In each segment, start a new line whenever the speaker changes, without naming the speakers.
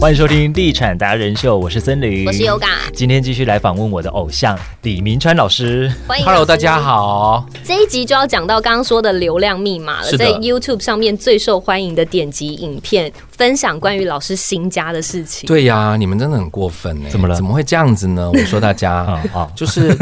欢迎收听《地产达人秀》，我是森
嗯
林，
我是 Yoga
今天继续来访问我的偶像李明川老师。
欢迎
Hello，
老师
大家。好。
这一集就要讲到刚刚说的流量密码了，
是的
在 YouTube 上面最受欢迎的点击影片，分享关于老师新家的事情。
对呀、你们真的很过分哎、
怎么了
怎么会这样子呢？我说大家
啊啊，
就是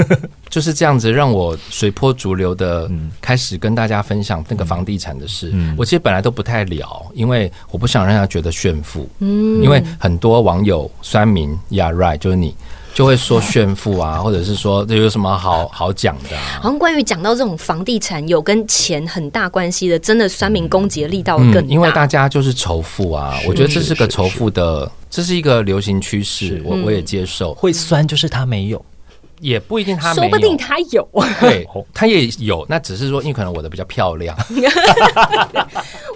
就是这样子，让我随波逐流的开始跟大家分享那个房地产的事。我其实本来都不太聊，因为我不想让大家觉得炫富。嗯，因为很多网友酸民呀、right 就是你。就会说炫富啊，或者是说这有什么好好讲的啊？
好像关于讲到这种房地产有跟钱很大关系的，真的酸民攻击的力道更大。
嗯、因为大家就是仇富啊，我觉得这是个仇富的，这是一个流行趋势，我我也接受，
会酸就是他没有，
也不一定他没
说
有，
不定他有，
对，他也有，那只是说，因为可能我的比较漂 亮，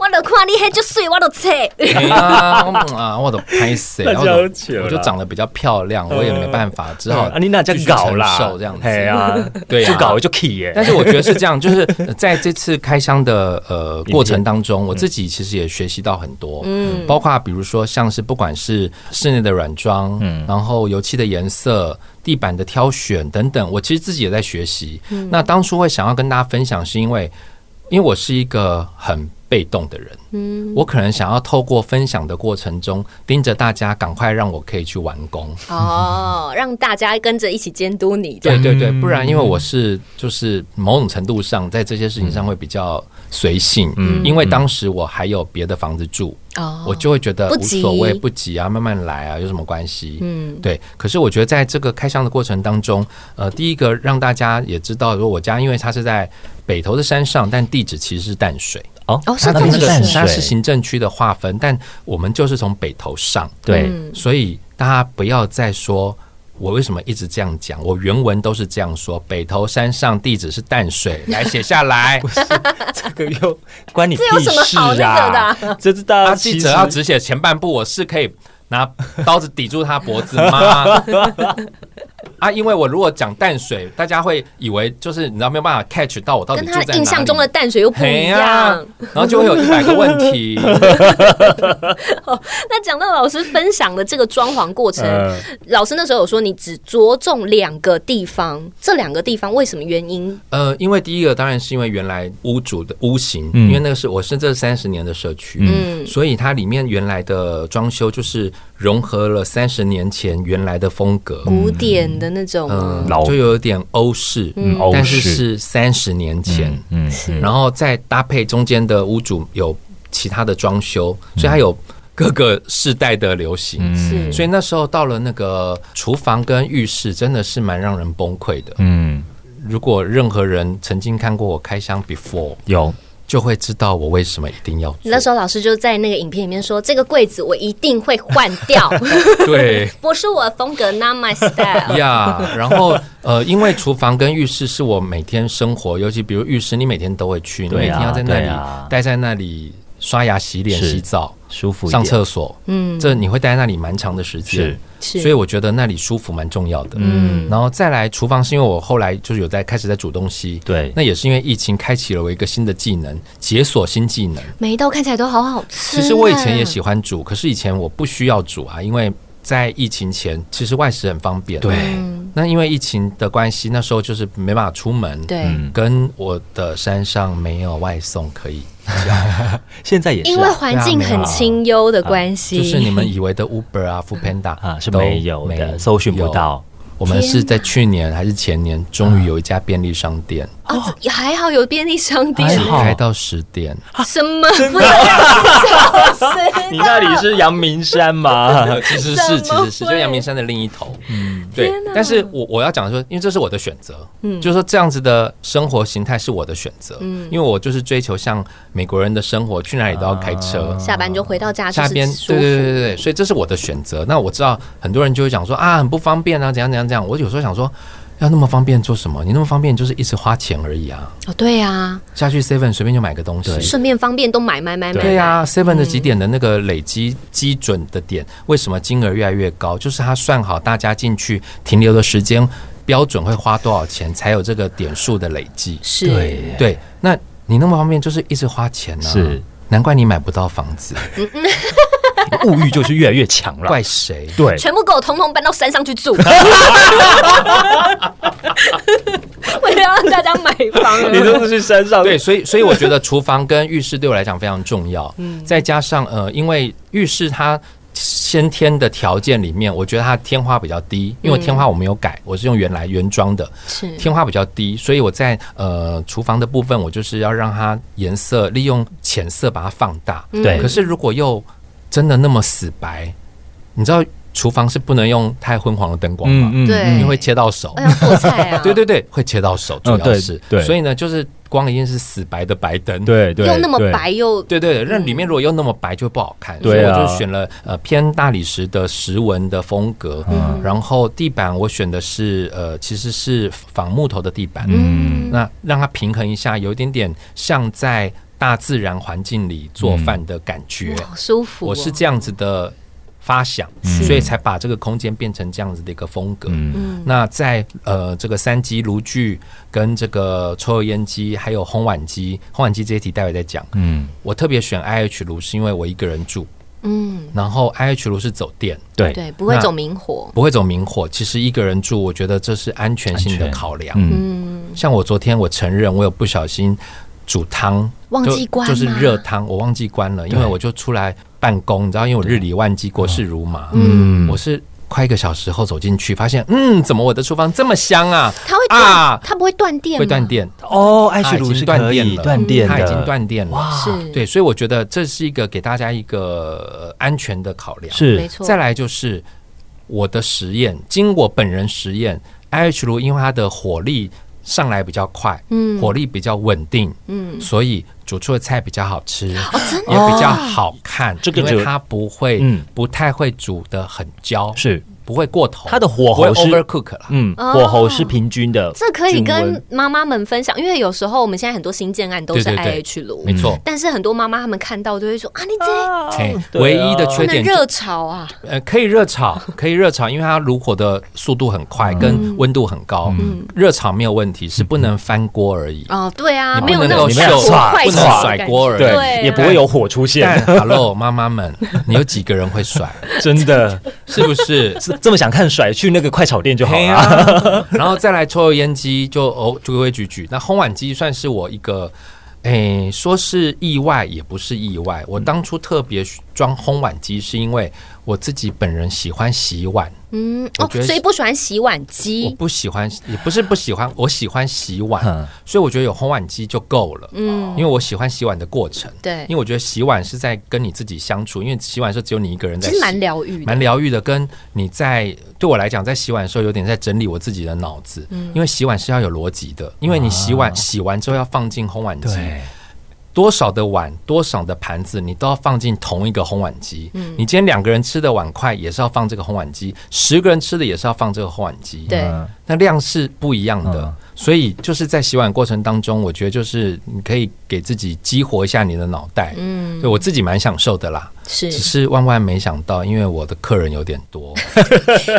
我的看你黑就睡，我的 切。
哎呀嗯啊，我的拍死，
大
然
家
后我
有请啦
我就长得比较漂亮，我也没办法，只好
啊，你哪家
继续
搞啦？
承受这样子，
哎 呀，
对啊
就搞就 key 耶、
但是我觉得是这样， 就是呃在这次开箱的呃过程当中，我自己其实也学习到很多，嗯，包括比如说像是不管是室内的软装，嗯，然后油漆的颜色。地板的挑选等等，我其实自己也在学习。那当初会想要跟大家分享，是因为因为我是一个很被动的人，嗯，我可能想要透过分享的过程中，盯着大家赶快让我可以去完工，
哦，让大家跟着一起监督你。这
对
样
对对，不然因为我是就是某种程度上在这些事情上会比较随性，嗯，因为当时我还有别的房子住，
哦
我就会觉得
不
无
急
所谓，不急啊，慢慢来啊，有什么关系？嗯，对。可是我觉得在这个开箱的过程当中，呃，第一个让大家也知道，说我家因为它是在北头的山上，但地址其实是淡水，
哦
哦是
他
它
那边
淡水
是
那
淡
个它是
水，
行政区的划分，但我们就是从北头上，
对，
嗯
所以大家不要再说我为什么一直这样讲，我原文都是这样说：北头山上地址是淡水，来写下 来。
这个又关你屁
这有什么
事
好那
啊？这知道
那记者要只写前半部，我是可以拿刀子抵住他脖子 吗？啊，因为我如果讲淡水，大家会以为就是你知道没有办法 catch 到我到底
跟
住
他
在哪里。
印象中的淡水又不
嘿
一
呀、
样。
然后就会有一百个问题。
那讲到老师分享的这个装潢过程，
嗯
呃
老师那时候有说你只着重两个地方，这两个地方为什么原因？
呃，因为第一个当然是因为原来屋主的屋型，
嗯
因为那个是我是这三十年的社区，
嗯
所以它里面原来的装修就是融合了三十年前原来的风格，
古典的那种吗
嗯，
嗯老
就有点欧式，
嗯欧
但是
式
是三十年前，
嗯
是
然后再搭配中间的屋主有其他的装修，所以它有各个世代的流行。
嗯
是
所以那时候到了那个厨房跟浴室，真的是蛮让人崩溃的。
嗯，
如果任何人曾经看过我开箱 before，
有
就会知道我为什么一定要做
那。时候老师就在那个影片里面说，这个柜子我一定会换掉，
对
不是我的风格，not my style。
呀然后呃，因为厨房跟浴室是我每天生活，尤其比如浴室，你每天都会去，你
对
每
啊
天要在那
对
里、
啊
待在那里刷牙、洗脸、
是
洗澡、
舒服一
上
点，
厕所，嗯，这你会待在那里蛮长的时间
是。
是
所以我觉得那里舒服蛮重要的，嗯，然后再来厨房是因为我后来就是有在开始在煮东西，
对
那也是因为疫情开启了我一个新的技能，解锁新技能，
每一道看起来都好好吃、啊
其实我以前也，喜欢煮，可是以前我不需要煮啊，因为在疫情前，其实外食很方便。
对
那因为疫情的关系，那时候就是没办法出门。
对，
嗯
跟我的山上没有外送可以，
现在也是
因为
啊、
环境很清幽的关系，
就是你们以为的 Uber 啊、f o o Panda
啊是没有的，搜寻不。到。
我们是在去年还是前年，终于有一家便利商店
啊，这还好有便利商
还
只
店
好，
开到十点，
什么不能笑死？
你那里是阳明山
哎
吗？
其实
怎
是
么
其实是
会
就阳明山的另一头，嗯，对。但是我我要讲的说，因为这是我的选择，嗯，就是说这样子的生活形态是我的选择，嗯，因为我就是追求像美国人的生活，去哪里都要开 车。
下班就回到家，
下边
就是舒
对
服
对对对对，所以这是我的选择。那我知道很多人就会讲说啊，很不方便啊，怎样怎样怎样。我有时候想说，要那么方便做什么？你那么方便就是一直花钱而已啊。
哦，对啊，
下去 Seven 随便就买个东西，
顺便方便都买买买买。
对呀、s e v e n 的几点的那个累积基准的点，为什么金额越来越高？就是他算好大家进去停留的时间标准会花多少钱，才有这个点数的累积。
是，
对
对，那你那么方便，就是一直花钱呢、啊
是，
难怪你买不到房子，
物欲就是越来越强了。
怪谁？
对，
全部给我统统搬到山上去 住，为了让大家买房。
你都是去山上
对，所以所以我觉得厨房跟浴室对我来讲非常重要。嗯，再加上呃，因为浴室它先天的条件里面，我觉得它天花比较低，因为天花我没有改，我是用原来原装的，
是
天花比较低，所以我在呃厨房的部分，我就是要让它颜色利用浅色把它放大。
对
可是如果又真的那么死白，你知道厨房是不能用太昏黄的灯光嘛，
嗯
对
因为会切到手。
我想做菜啊，
对对对，会切到手，主
嗯
要
对
是、
对
所以呢，就是光一定是死白的白灯。
对对，
又那么
对，
白又
对对，那里面如果又那么白就不好看，所以
对啊
我就选了呃偏大理石的石纹的风格，然后地板我选的是呃其实是仿木头的地板，
嗯，
那让它平衡一下，有一点点像在大自然环境里做饭的感觉，
哇好舒服哦。
我是这样子的发想，
是
所以才把这个空间变成这样子的一个风格。那在呃这个三级炉具跟这个抽油烟机还有烘碗机，烘碗机这一题待会再讲。
嗯，
我特别选 IH 炉是因为我一个人住，
嗯，
然后 IH 炉是走电，
对，
对，不会
那
走明火，
不会走明火。其实一个人住，我觉得这是安全性的考量。
嗯，
像我昨天我承认我有不小心煮汤，
忘
就
记关
就是
吗
热汤，我忘记关了，因为
对
我就出来办公，你知道，因为我日理万机，国事如麻，
嗯
我是。快一个小时后走进去，发现嗯，怎么我的厨房这么香啊？
它会
啊
断，它不会断电吗，
会断电，
哦，爱
它
雪
已
炉
经
是
断
可
电
以嗯
了，
断电的，
它已经断电了。
是，
啊对，所以我觉得这是一个给大家一个呃安全的考量。
没
是，
错。
再来就是我的实验，经我本人实验，IH 炉因为它的火力上来比较快，
嗯
火力比较稳定，
嗯，哦
所以煮出的菜比较好吃，
真的
也比较好看。
这个
因
就
为它不会，
嗯
不太会煮的很焦，
是，
不会过头，
它的火
不会
候是
overcook 啦。
嗯，
哦
火候是平均的，
这可以
均温
跟妈妈们分享，因为有时候我们现在很多新建案都是
对对对
IH 炉，
没错，
但是很多妈妈她们看到都会说啊，你这
嗯嘿
对啊
唯一的缺
不能
点
热炒啊，
呃，可以热炒， 可以热炒，因为它炉火的速度很
嗯
快，跟温度很
嗯
高，热炒没有问题，是不能翻锅而已。
哦，对啊，
你
没有
不
那种
能够
快
秀
速快
不能
炒的
甩
感
锅
觉
儿
对，
对啊
也不会有火出
但
现，
hello，妈妈们，你有几个人会甩？
真的。
是不 是？
这这么想看甩，去那个快炒店就好
嘿
了。
啊， 然后再来抽油烟机就哦规规矩矩。那烘碗机算是我一个，诶、说是意外也不是意外。我当初特别装烘碗机，是因为我自己本人喜欢洗碗，
嗯，
我
哦，
觉得
所以不喜欢洗碗
我
机，
不喜欢，也不是不喜欢，我喜欢洗碗，
嗯
所以我觉得有烘碗机就够了。
嗯，
因为我喜欢洗碗的过程，
对
因为，我觉得洗碗是在跟你自己相处，因为洗碗的时候只有你一个人在
其
洗
实，蛮疗愈的
蛮，疗愈的。跟你在对我来讲，在洗碗的时候有点在整理我自己的脑子，
嗯
因为洗碗是要有逻辑的，因为你洗碗、洗完之后要放进烘碗 机，
啊对，
多少的碗、多少的盘子，你都要放进同一个烘碗机。
嗯
你今天两个人吃的碗筷也是要放这个烘碗机，十个人吃的也是要放这个烘碗机。
对
嗯
那量是不一样的，
嗯
所以就是在洗碗过程当中，我觉得就是你可以给自己激活一下你的脑袋。
嗯，
对我自己蛮享受的啦，
是
只是万万没想到，因为我的客人有点多，，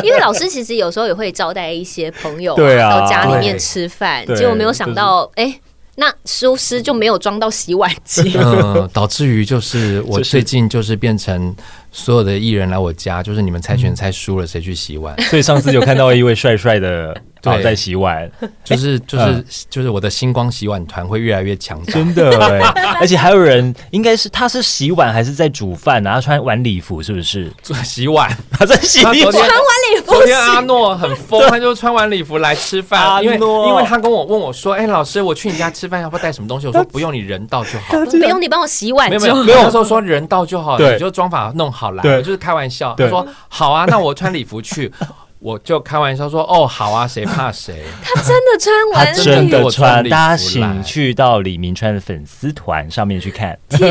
因为老师其实有时候也会招待一些朋友、
对啊
到家里面吃饭，
对
结果没有想到，哎、那厨师就没有装到洗碗机
嗯，导致于就是我
就是
最近就是变成所有的艺人来我家，就是你们猜拳猜输了，谁去洗碗？
所以上次就看到一位帅帅 的
对
啊在洗碗，
就是就是
嗯
就是我的星光洗碗团会越来越强 大。
真的哎，而且还有人应该是他是洗碗还是在煮饭啊？他穿晚礼服是不是？
做洗碗，
他在洗
他昨
碗
天
碗里不
昨天阿诺很疯，他就穿晚礼服来吃
阿
饭，因为
诺
因为他跟我问我说：“哎、老师，我去你家吃饭要不要带什么东西？”我说：“不用，你人到就 好。”
不用你帮我洗碗
没有没
就
有，没有那时候说人到就好，
对
你就装法弄好来，
对
我就是开玩笑。他
对
说：“好啊，那我穿礼服去。”我就开玩笑说：“哦，好啊，谁怕谁
他真的穿
他
碗
真
里，
的穿，
我穿礼服来
大家请去到李明川的粉丝团上面去看，
天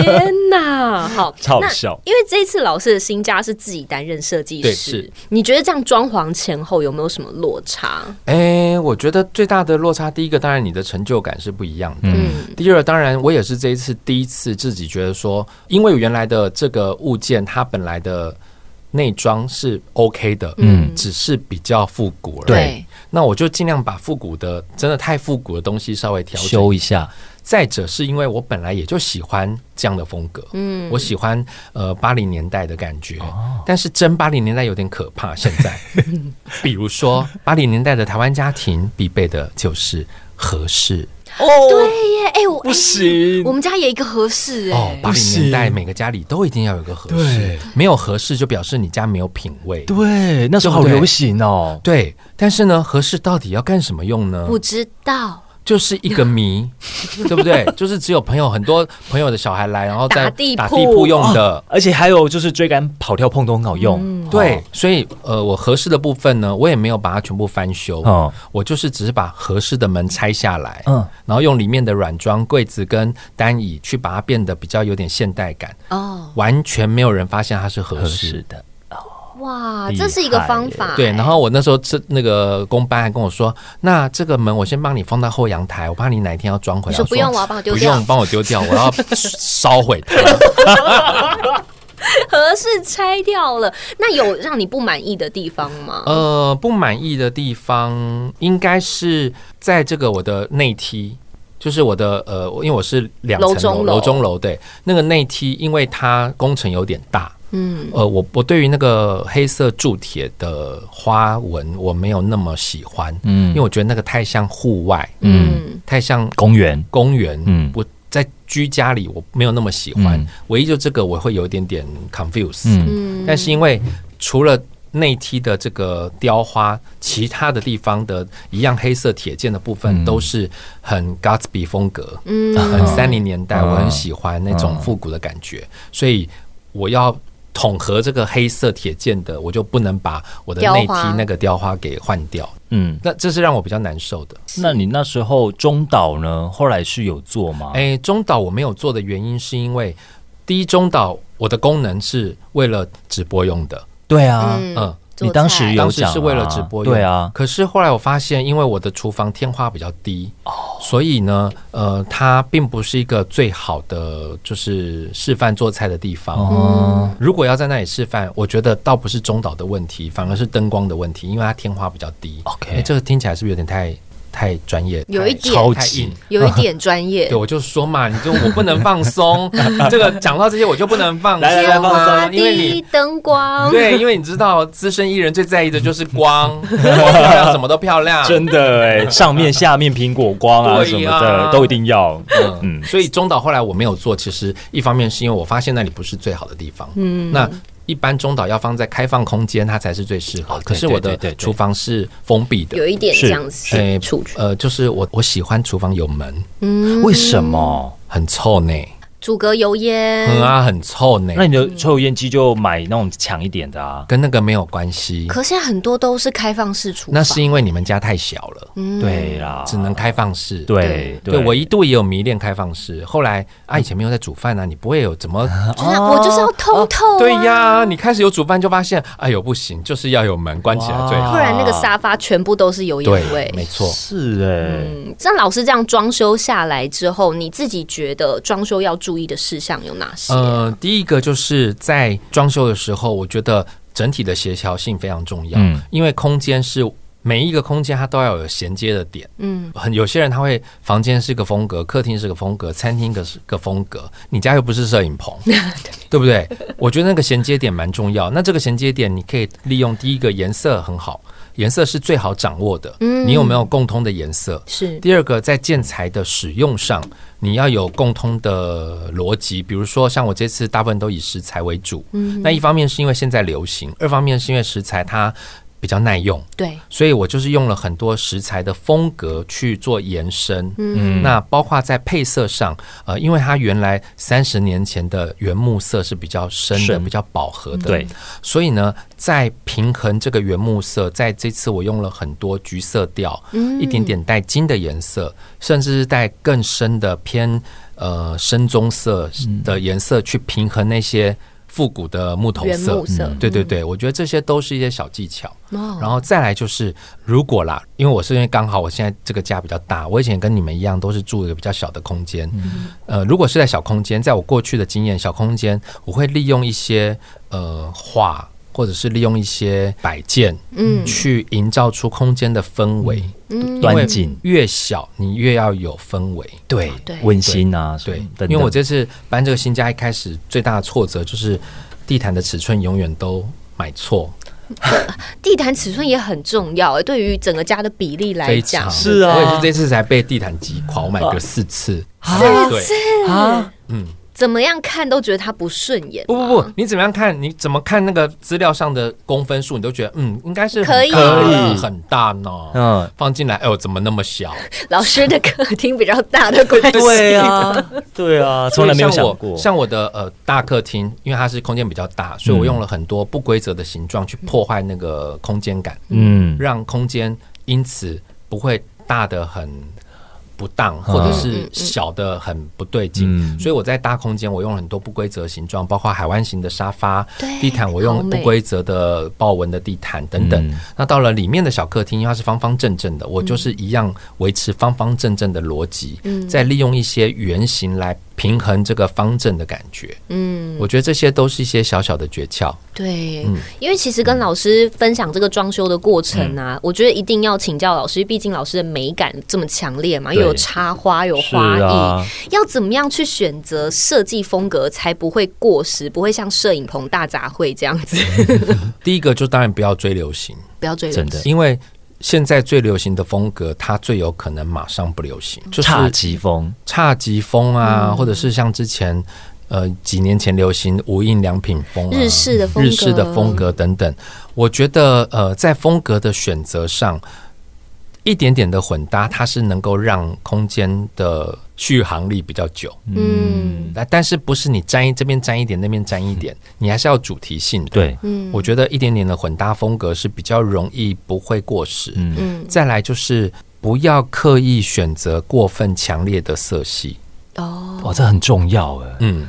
哪！ 好，
超
那
好笑。
因为这一次老师的新家是自己担任设计
对
师
是，
你觉得这样装潢前后有没有什么落差？？”
哎，我觉得最大的落差，第一个当然你的成就感是不一样的。
嗯
第二，当然我也是这一次第一次自己觉得说，因为原来的这个物件它本来的内装是 OK 的，
嗯
只是比较复古而已。
对，
那我就尽量把复古的，真的太复古的东西稍微调整
修一下，
再者是因为我本来也就喜欢这样的风格，嗯，我喜欢呃八零年代的感觉，但是真八零年代有点可怕。现在，比如说八零年代的台湾家庭必备的就是合适。
哦，
对耶，哎、我
不行
我们家也一个合适哎、
哦，八
不
零
行
年代每个家里都一定要有一个合适
对，
没有合适就表示你家没有品味。
对，那时候好流行哦，
对，但是呢，合适到底要干什么用呢？
不知道
就是一 个谜，对不对？就是只有朋友很多朋友的小孩来，然后再
打地
打
铺
地
嗯
铺用的。
哦而且还有就是追赶、跑跳、碰都很好用，哦
对，所以呃，我合适的部分呢，我也没有把它全部翻修，
哦，
我就是只是把合适的门拆下来，
嗯，
然后用里面的软装柜子跟单椅去把它变得比较有点现代感，
哦，
完全没有人发现它是合
合
适
适的，
哇，
厉
这是一个
害
方
耶
法
对，
哎
然后我那时候这那个工班还跟我说，那这个门我先帮你放到后阳台，我怕你哪一天要装回
你
来。
说
我
不用我要帮我丢
不
掉
用帮我丢掉，我要烧毁它。
合适拆掉了。那有让你不满意的地方吗？
呃，不满意的地方应该是在这个我的内梯，就是我的呃，因为我是两层
楼中楼
楼中楼对，那个内梯，因为它工程有点大，
嗯，
呃，我我对于那个黑色铸铁的花纹我没有那么喜欢，因
嗯
为我觉得那个太像户外，
嗯，
嗯，
太像
公园，
公园，
嗯
我在居家里我没有那么喜欢，
嗯
唯一就这个我会有一点点 confuse，、
嗯
嗯
但是因为除了内梯的这个雕花，其他的地方的一样黑色铁件的部
嗯
分都是很 Gatsby 风格，
嗯，
很三零年代，
嗯
我很喜欢那种复古的感觉，所以我要。统合这个黑色铁件的，我就不能把我的内
雕
梯
花
那个雕花给换掉，
嗯。
那这是让我比较难受的。
那你那时候中岛呢？后来是有做吗？
哎、中岛我没有做的原因是因为，第一中岛我的功能是为了直播用的，
对啊，
嗯
做
你当时
菜
有
当时
讲、啊，
是为了直播用
对啊，
可是后来我发现，因为我的厨房天花比较低，
哦
所以呢，呃，它并不是一个最好的就是示范做菜的地方。
哦，
如果要在那里示范，我觉得倒不是中岛的问题，反而是灯光的问题，因为它天花比较低。
哦 OK
诶这个听起来是不是有点太太专业？
有一
太
点
超
太
级
硬
有一点专 业
对，，我就说嘛，你就我不能 放松，这个讲到这些我就不能放松，
来来来放松
啊
花
因为你
地灯光，
对，因为你知道，资深艺人最在意的就是光，光漂亮，什么都漂亮。
真的哎、上面下面苹果光啊
对
什么
呀
的都一定要，
嗯，所以中岛后来我没有做，其实一方面是因为我发现那里不是最好的地方。嗯，那一般中岛要放在开放空间，它才是最适合。
哦对
可是我的
对对对对
厨房是封闭的，
有一点
是
这样子
哎
出去，
呃，就是我我喜欢厨房有门，
嗯，
为什么？
很臭呢，
阻隔油烟，
嗯啊，很臭呢，
那你的抽油烟机就买那种强一点的啊。
跟那个没有关系。
可现在很多都是开放式厨房，
那是因为你们家太小了，
嗯
对啦，
只能开放式。。
对
啊对，我一度也有迷恋开放式，后来啊，以前没有在煮饭啊，你不会有怎么
就是我就是要通透、啊
哦对呀，你开始有煮饭就发现，哎呦不行，就是要有门关起来最
哇
好。
不然那个沙发全部都是油烟
对，没
味。
错。
是哎、
嗯，这老师这样装修下来之后，你自己觉得装修要注意的事项有哪些？
呃，第一个就是在装修的时候，我觉得整体的协调性非常重要，
嗯
因为空间是。每一个空间它都要有衔接的点，
嗯，
很有些人他会房间是个风格，客厅是个风格，餐厅个是个风格，你家又不是摄 影棚，对不对？我觉得那个衔接点蛮重要。那这个衔接点，你可以利用第一个颜色很好，颜色是最好掌握的。
嗯
你有没有共通的颜色？
是
第二个，在建材的使用上，你要有共通的逻辑。比如说，像我这次大部分都以食材为主，嗯，那一方面是因为现在流行，二方面是因为食材它比较耐用，
对，
所以我就是用了很多食材的风格去做延伸。
嗯
那包括在配色上，呃，因为它原来三十年前的原木色是比较深的、
深
比较饱和的，
对，
所以呢，在平衡这个原木色，在这次我用了很多橘色调，
嗯
一点点带金的颜色，甚至是带更深的偏呃深棕色的
嗯
颜色去平衡那些复古的木头
原
色。嗯
木嗯色，
对对对，我觉得这些都是一些小技巧。
哦
然后再来就是，如果啦，因为我是因为刚好我现在这个家比较大，我以前跟你们一样都是住一个比较小的空间。呃，如果是在小空间，在我过去的经验，小空间我会利用一些呃画。或者是利用一些摆件，嗯，去营造出空间的氛围。
嗯
端景，
越小，你越要有氛围。
对
对
温馨啊，
对
什么，等等
因为我这次搬这个新家，一开始最大的挫折就是地毯的尺寸永远都买错，
地毯尺寸也很重要、欸，对于整个家的哦比例来
非
讲
常，
是啊
我也是这次才被地毯击垮，我买个四次。对，嗯
啊，
哦怎么样看都觉得它不顺眼。
不不不，你怎么样看？你怎么看那个资料上的公分数？你都觉得嗯，应该是很
可以
大
可以
很大呢。
嗯，
放进来，哎呦，怎么那么小？
老师的客厅比较大的关系，
对啊，对啊，从来没有想过
所以像我，像我的呃大客厅，因为它是空间比较大，所以我用了很多不规则的形状去破坏那个空间感，
嗯，
让空间因此不会大的很不当，或者
嗯
是小的很不对劲。
嗯
所以我在大空间，我用了很多不规则形状，包括海湾型的沙发
对、
地毯，我
哎好
用
美
不规则的豹纹的地毯等等。
嗯
那到了里面的小客厅，因为它是方方正正的，我就是一样维持方方正正的逻辑，
嗯
再利用一些圆形来平衡这个方正的感觉。
嗯，
我觉得这些都是一些小小的诀窍。
对，
嗯
因为其实跟老师分享这个装修的过程
嗯
啊，我觉得一定要请教老师，毕竟老师的美感这么强烈嘛，
对
又有插花，有
是
花艺，
啊，
要怎么样去选择设计风格，才不会过时，不会像摄影棚大杂烩这样子，
第一个就当然不要追流行，
不要追流
真
行
的
因为现在最流行的风格，它最有可能马上不流行，就是
差级风，
侘寂风啊，
嗯
或者是像之前呃几年前流行无印良品风、啊、
日式的风格
日式的风格等等。我觉得呃，在风格的选择上，一点点的混搭，它是能够让空间的续航力比较久。
嗯
那、但是不是你沾一这边沾一点，那边沾一点，你还是要主题性的。
对，
嗯
我觉得一点点的混搭风格是比较容易不会过时。
嗯，
嗯
再来就是不要刻意选择过分强烈的色系。
哦，
哇，这很重要哎，
嗯，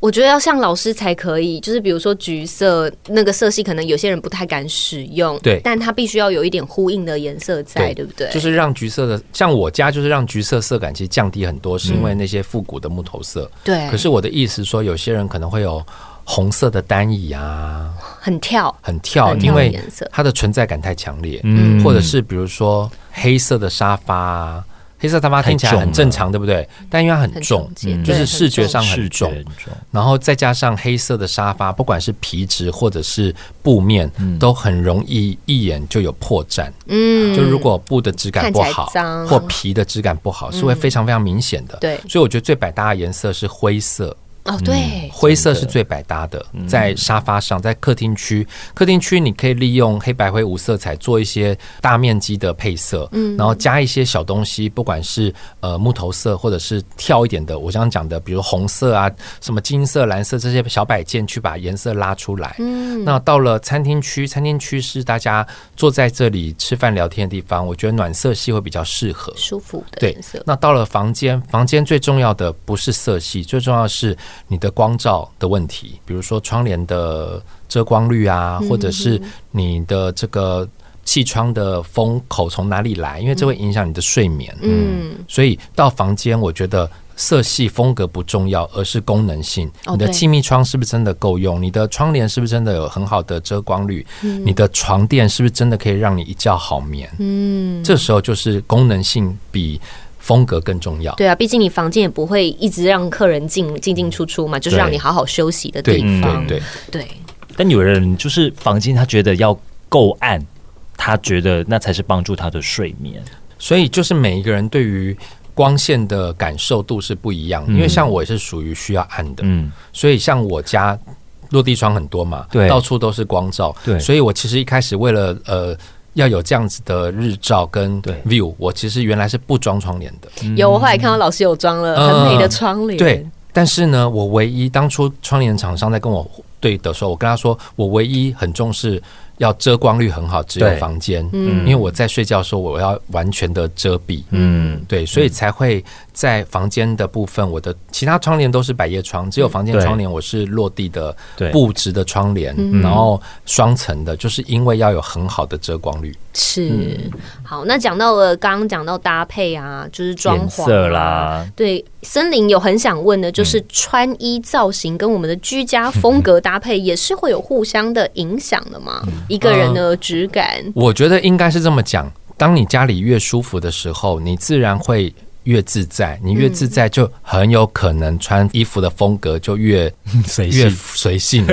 我觉得要像老师才可以，就是比如说橘色那个色系，可能有些人不太敢使用，
对
但它必须要有一点呼应的颜色在，对
对
不对？
就是让橘色的，像我家就是让橘色色感其实降低很多，是因为那些复古的木头色。
对，
可是我的意思说，有些人可能会有红色的单椅啊，
很跳，
很跳，
很跳
哦因
的
为
颜色
它的存在感太强烈。
嗯
或者是比如说黑色的沙发啊，黑色沙发听起来
太重
很
了
正常，对不对？但因为它很
很
重
常，见
嗯
对
就是
很
视觉
重
上
视
很
觉
重，
很重，
然后再加上黑色的沙发，不管是皮质或者是布面，
嗯
都很容易一眼就有破绽。
嗯，
就如果布的质感不好
看起来脏，
或皮的质感不好，是会非常非常明显的。
嗯对
所以我觉得最百搭的颜色是灰色，
哦对，
灰色是最百搭的，在沙发上，在客厅区，客厅区你可以利用黑白灰无色彩做一些大面积的配色，嗯，然后加一些小东西，不管是呃木头色或者是跳一点的，我刚刚讲的，比如红色啊、什么金色、蓝色这些小摆件，去把颜色拉出来。嗯，那到了餐厅区，餐厅区是大家坐在这里吃饭聊天的地方，我觉得暖色系会比较适合。
舒服的
对
颜色，，
那到了房间，房间最重要的不是色系，最重要的是你的光照的问题，比如说窗帘的遮光率啊，
嗯
或者是你的这个气窗的风口从哪里来，因为这会影响你的睡眠。
嗯，
所以到房间，我觉得色系风格不重要，而是功能性。
哦
你的
对
气密窗是不是真的够用？你的窗帘是不是真的有很好的遮光率？
嗯
你的床垫是不是真的可以让你一觉好眠？嗯，这时候就是功能性比风格更重要。
对啊，毕竟你房间也不会一直让客人进进进出出嘛，就是
对
让你好好休息的
对
地方，
对对，
对
但有人就是房间，他觉得要够暗，他觉得那才是帮助他的睡眠。
所以就是每一个人对于。光线的感受度是不一样，因为像我也是属于需要暗的，
嗯，
所以像我家落地窗很多嘛，
对
到处都是光照，
对
所以我其实一开始为了呃。要有这样子的日照跟
对
view，我其实原来是不装窗帘的，
嗯有我后来看到老师有装了很美的窗帘，
嗯对。但是呢，我唯一当初窗帘厂商在跟我对的时候，我跟他说，我唯一很重视要遮光率很好，只有
对
房间，因为
嗯
我在睡觉的时候，我要完全的遮蔽，
嗯，
对，所以才会在房间的部分，我的其他窗帘都是百叶窗，只有房间
对
窗帘我是落地的
对嗯
布质的窗帘，然后双层的，就是因为要有很好的遮光率。
是、
嗯
好，那讲到了刚刚讲到搭配啊，就是装
颜
潢、啊、
色啦，
对，森林有很想问的，
嗯
就是穿衣造型跟我们的居家风格搭配，也是会有互相的影响的吗？
嗯
一个人的质感，
我觉得应该是这么讲：当你家里越舒服的时候，你自然会越自在。你越自在，就很有可能穿衣服的风格就越
随
越
性，
随性。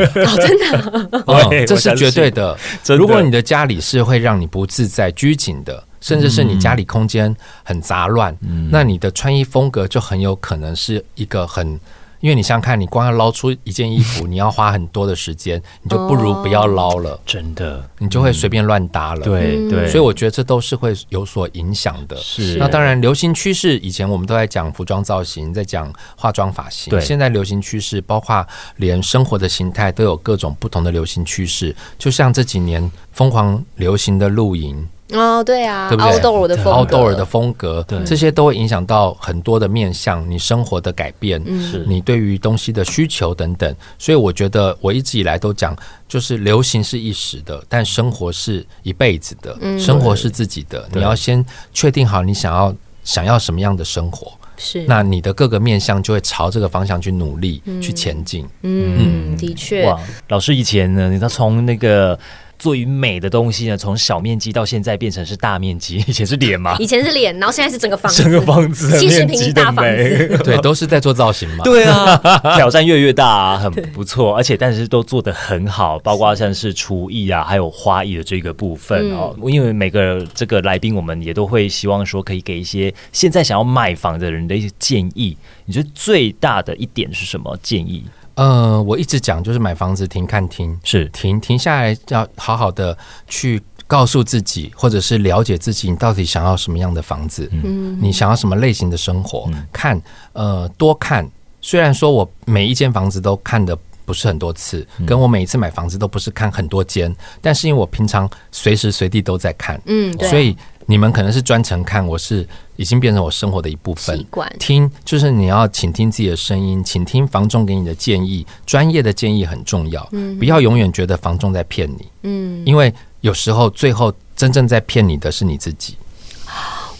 哦，
对
这
我
是
相
绝对
信
的。
真的
如果你的家里是会让你不自在、拘谨的，甚至是你家里空间很杂乱，
嗯
那你的穿衣风格就很有可能是一个很。因为你想想看，你光要捞出一件 衣服，你要花很多的时间，你就不如不要捞了，
真的，
你就会随便乱搭了。
哦
嗯
对对，
所以我觉得这都是会有所影响的。
是
那当然，流行趋势以前我们都在讲服装造型，在讲化妆发型，
对
现在流行趋势包括连生活的形态都有各种不同的流行趋势，就像这几年疯狂流行的露营、
哦，对啊
嗯对不对
，outdoor 的风格
outdoor 的风格，这些都会影响到很多的面向，你生活的改变，
嗯
是
你对于东西的需求等等。所以我觉得我一直以来都讲，就是流行是一时的，但生活是一辈子的，生活是自己的。你要先确定好你想要想要什么样的生活，
是，
那你的各个面向就会朝这个方向去努力、去 前进。
嗯，的确，
哇，老师以前呢，你知道从那个。做于美的东西呢，从小面积到现在变成是大面积， 以前是脸嘛，
以前是脸，然后现在是整个房子，
整个房子的
70
面
平
积
大
的
房
美，
对，都是在做造型嘛。
对 啊，挑战越来越大、啊，很不错，而且但是都做得很好，包括像是厨艺啊，还有花艺的这个部分哦。因为每个这个来宾，我们也都会希望说，可以给一些现在想要买房的人的一些建议。你觉得最大的一点是什么建议？
呃，我一直讲就是买房子停看停，
是
停停下来，要好好的去告诉自己，或者是了解自己，你到底想要什么样的房子，嗯，你想要什么类型的生活，看，呃，多看。虽然说我每一间房子都看的不是很多次，跟我每一次买房子都不是看很多间，但是因为我平常随时随地都在看，
嗯，对啊，
所以你们可能是专程看，我是已经变成我生活的一部分
习。惯，
听，就是你要倾听自己的声音，倾听房仲给你的建议，专业的建议很重要。不要永远觉得房仲在骗你，
嗯，
因为有时候最后真正在骗你的是你自己。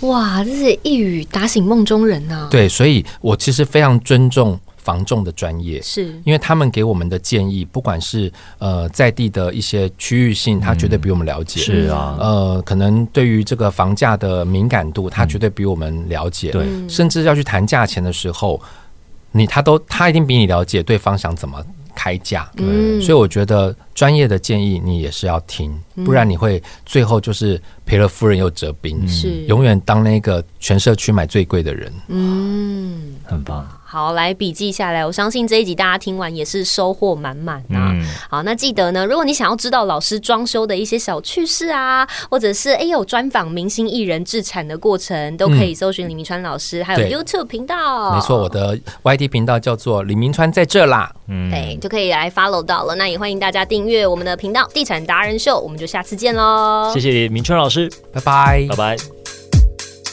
哇，这是一语打醒梦中人啊呐，
对，所以我其实非常尊重房仲的专业。
是，
因为他们给我们的建议，不管是呃在地的一些区域性，他绝对比我们了解。
是啊，
呃，可能对于这个房价的敏感度，他绝对比我们了解。
对
甚至要去谈价钱的时候，你他都他一定比你了解对方想怎么开价。
嗯
所以我觉得专业的建议你也是要听，不然你会最后就是赔了夫人又折兵，
是
永远当那个全社区买最贵的人。
嗯。
很棒。
好，来笔记下来。我相信这一集大家听完也是收获满满啊。
嗯
好，那记得呢，如果你想要知道老师装修的一些小趣事啊，或者是哎有专访明星艺人制产的过程，都可以搜寻李明川老师，还有
对
YouTube 频道。
没错，我的 YT 频道叫做李明川在这啦，
对，就可以来 follow 到了。那也欢迎大家订阅我们的频道《地产达人秀》，我们就下次见喽，
谢谢明春老师，
拜拜
拜。拜。